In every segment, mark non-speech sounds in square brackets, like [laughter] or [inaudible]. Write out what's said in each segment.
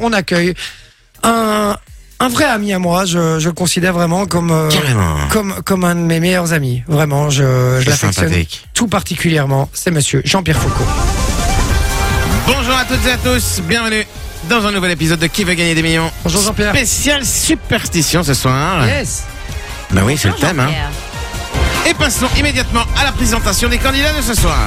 on accueille un, un vrai ami à moi. Je, je le considère vraiment comme, euh, Carrément. comme, comme un de mes meilleurs amis. Vraiment, je, je C'est l'affectionne sympathique. tout particulièrement. C'est monsieur Jean-Pierre Foucault. Bonjour à toutes et à tous, bienvenue dans un nouvel épisode de Qui veut gagner des millions Bonjour Jean-Pierre. Spécial superstition ce soir. Yes. Bah oui, c'est le thème. Hein. Ah, Et passons immédiatement à la présentation des candidats de ce soir.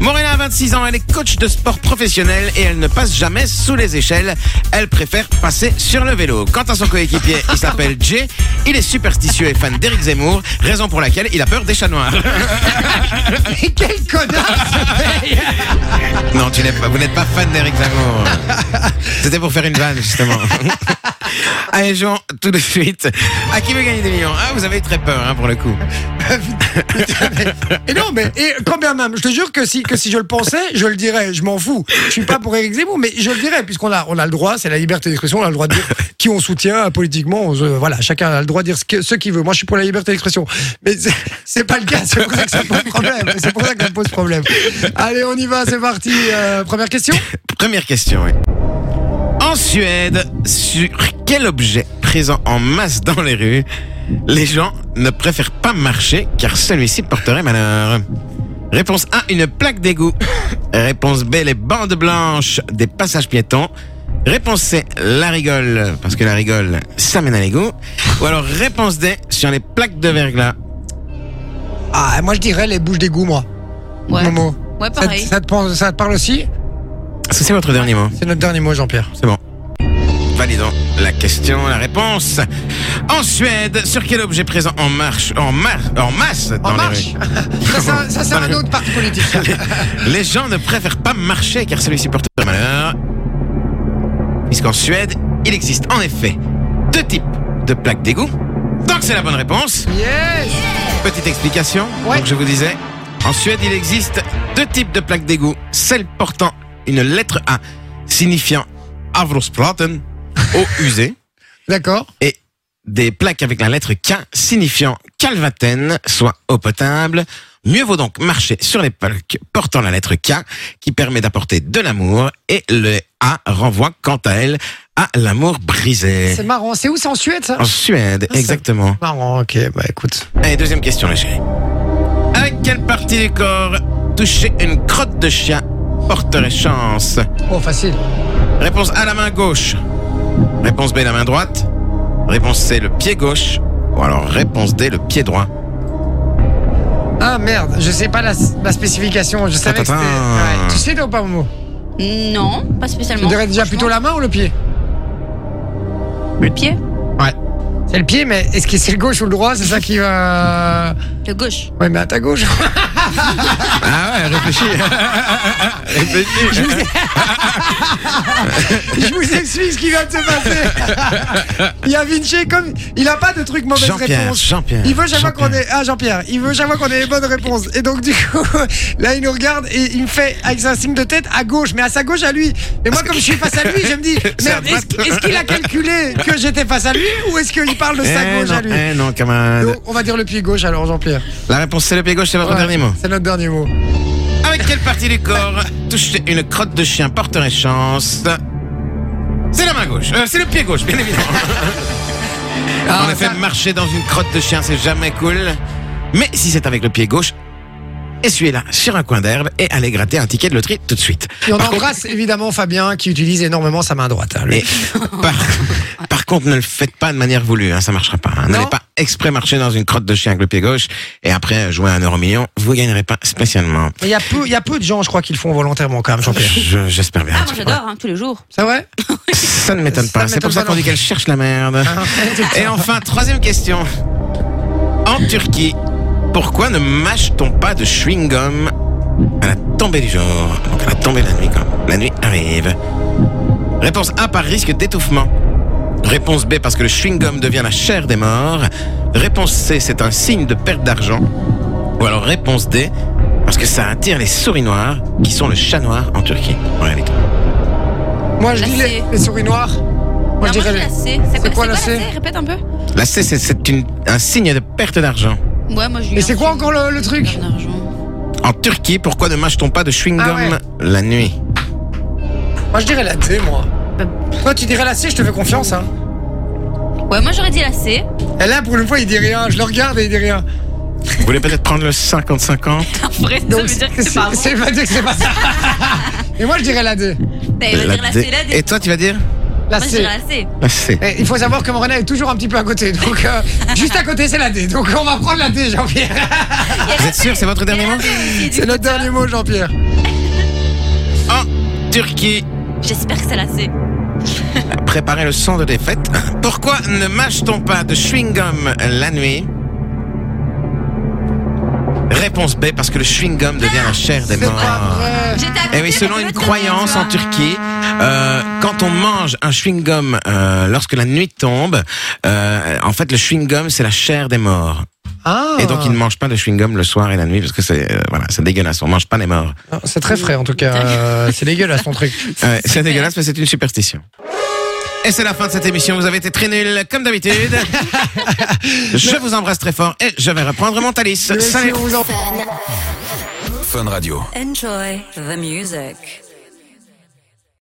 Morena a 26 ans, elle est coach de sport professionnel et elle ne passe jamais sous les échelles. Elle préfère passer sur le vélo. Quant à son coéquipier, il s'appelle Jay. Il est superstitieux et fan d'Éric Zemmour, raison pour laquelle il a peur des chats noirs. Mais quel connard ce mec Non, tu n'es pas, vous n'êtes pas fan d'Eric Zemmour. C'était pour faire une vanne, justement. Allez, Jean, tout de suite. À qui veut gagner des millions Ah, vous avez eu très peur, hein, pour le coup. Et non, mais et quand bien même, je te jure que si, que si je le pensais, je le dirais, je m'en fous. Je suis pas pour Éric Zemmour, mais je le dirais, puisqu'on a, on a le droit, c'est la liberté d'expression, on a le droit de dire qui on soutient euh, politiquement. on se- voilà, chacun a le droit de dire ce que- ce qu'il veut. Moi, je suis pour la liberté d'expression. Mais c'est- c'est pas le cas, c'est pour ça que ça pose problème. C'est pour ça que ça pose problème. Allez, on y va, c'est parti. Euh, première question Première question, oui. En Suède, sur quel objet présent en masse dans les rues, les gens ne préfèrent pas marcher car celui-ci porterait malheur Réponse A, une plaque d'égout. Réponse B, les bandes blanches des passages piétons. Réponse C, la rigole, parce que la rigole, ça mène à l'égout. Ou alors réponse D, sur les plaques de verglas. Ah, moi, je dirais les bouches d'égout, moi. Ouais. Momo. Ouais, Ça, pareil. ça te pense- ça te parle aussi Est-ce que c'est votre dernier mot C'est notre dernier mot, Jean-Pierre. C'est bon. Validons la question, la réponse. En Suède, sur quel objet présent en marche, en marche, en masse dans En les marche rues [laughs] Ça, c'est un- ça, c'est un autre parti politique. ça. Les gens ne préfèrent pas marcher car celui-ci porte malheur. Puisqu'en Suède, il existe en effet deux types de plaques d'égout. Donc c'est la bonne réponse. Yes Petite explication. Ouais. Donc je vous disais, en Suède, il existe deux types de plaques d'égout. Celle portant une lettre A signifiant Avrosplaten, eau usée. D'accord. et des plaques avec la lettre K signifiant calvatène, soit eau potable. Mieux vaut donc marcher sur les plaques portant la lettre K qui permet d'apporter de l'amour et le A renvoie quant à elle à l'amour brisé. C'est marrant. C'est où Eh. C'est en Suède, ça En Suède, c'est- exactement. Marrant, ok, bah écoute. Allez, deuxième question, les chéris. Avec quelle partie du corps toucher une crotte de chien porterait chance Oh, facile. Réponse A, la main gauche. Réponse B, la main droite. Réponse C, le pied gauche. Ou alors réponse D, le pied droit. Ah merde, je sais pas la, la spécification, je savais que c'était. Tintin. Ouais. Tu sais, toi, ou pas, Momo Non, pas Tu spécialement. dirais déjà Franchement, plutôt la main ou le pied Le pied Ouais. C'est le pied, mais est-ce que c'est le gauche ou le droit C'est ça qui va. Le gauche. Ouais, mais à ta gauche. Ah ouais, réfléchis. Eh ben, réfléchis. je vous explique ce qui vient de se passer. [laughs] il y a Vinci, comme. Il a pas de truc mauvaise Jean-Pierre, réponse. Jean-Pierre. Il veut chaque fois Jean-Pierre. qu'on ait ah Jean-Pierre, il veut chaque fois qu'on ait les bonnes réponses. Et donc du coup, [laughs] là il nous regarde et il me fait avec un signe de tête à gauche, mais à sa gauche à lui. Et moi comme je suis face à lui, je me dis [laughs] C'est à merde, est-ce droite. est-ce qu'il a calculé que j'étais face à lui ou est-ce qu'il parle de Eh sa gauche non, à lui eh non, camarade. Donc, on va dire le pied gauche alors Jean-Pierre. La réponse c'est le pied gauche, c'est votre Ouais, dernier mot. C'est notre dernier mot. Avec quelle partie du corps toucher une crotte de chien porterait chance C'est la main gauche. Euh, c'est le pied gauche, [laughs] bien évidemment. Ah, en effet, ça- marcher dans une crotte de chien, c'est jamais cool. Mais si c'est avec le pied gauche, essuyez-la sur un coin d'herbe et allez gratter un ticket de loterie tout de suite. Et on Par contre- embrasse évidemment Fabien qui utilise énormément sa main droite. hein, lui. Mais par, [laughs] par contre, ne le faites pas de manière voulue, hein, ça marchera pas. hein. N'allez Non. pas exprès marcher dans une crotte de chien avec le pied gauche et après euh, jouer à un euro million, vous gagnerez pas spécialement. Mais Il y a peu, il y a peu de gens, je crois, qui le font volontairement quand même, Jean-Pierre. Je- J'espère bien. Ah, moi j'adore, hein, tous les jours. [laughs] C'est vrai Ça ne m'étonne Ça pas. m'étonne C'est pour ça pas qu'on non dit plus. Ah. qu'elle cherche la merde. Et enfin, troisième question. En Turquie, pourquoi ne mâche-t-on pas de chewing-gum à la tombée du jour Donc à la tombée de la nuit, quand la nuit arrive. Réponse A par risque d'étouffement. Réponse B parce que le chewing-gum devient la chair des morts. Réponse C, c'est un signe de perte d'argent. Ou alors réponse D, parce que ça attire les souris noires, qui sont le chat noir en Turquie, en réalité. [laughs] Moi je La dis C. les, les souris noires. Moi Non, je dirais. la les- C. C'est quoi, c'est quoi la C Répète un peu. La C, c'est- c'est une- un signe de perte d'argent. Ouais, moi je Mais c'est quoi encore le- le truc En Turquie, pourquoi ne mâche-t-on pas de chewing-gum Ah ouais. la nuit Moi je dirais la D, moi. Bah. Toi, tu dirais la C, je te fais confiance. Hein. Ouais, moi j'aurais dit la C. [laughs] Et là, pour une fois, il dit rien. Je le regarde et il dit rien. Vous voulez peut-être prendre le 50-50 En vrai, ça veut dire que c'est pas bon. c'est pas dire que c'est pas [laughs] ça. Et moi, je dirais la D. T'as il va dire la C, D. la D. Et toi, tu vas dire La Moi je C. dirais la C. La C. Et il faut savoir que mon René est toujours un petit peu à côté. Donc, [laughs] euh, juste à côté, c'est la D. Donc, on va prendre la D, Jean-Pierre. Vous êtes sûr, c'est votre dernier mot C'est notre dernier mot, Jean-Pierre. En Turquie, J'espère que c'est la C. préparez le sang de défaite. Pourquoi ne mâche-t-on pas de chewing-gum la nuit Réponse B, parce que le chewing-gum devient la chair des C'est morts. pas vrai. J'étais à Et côté, Eh oui, selon mais une peut-être que- croyance en Turquie, euh, quand on mange un chewing-gum euh, lorsque la nuit tombe, euh, en fait le chewing-gum c'est la chair des morts. Ah. Et donc ils ne mangent pas de chewing-gum le soir et la nuit parce que c'est euh, voilà, c'est dégueulasse, on mange pas les morts. Ah, C'est très frais, en tout cas. [laughs] Euh, c'est dégueulasse, ton truc. Euh, c'est dégueulasse mais c'est une superstition. Et c'est la fin de cette émission, vous avez été très nuls comme d'habitude. je vous embrasse très fort et je vais reprendre mon talis. Même si Salut. on vous en- Fun Radio. Enjoy the music.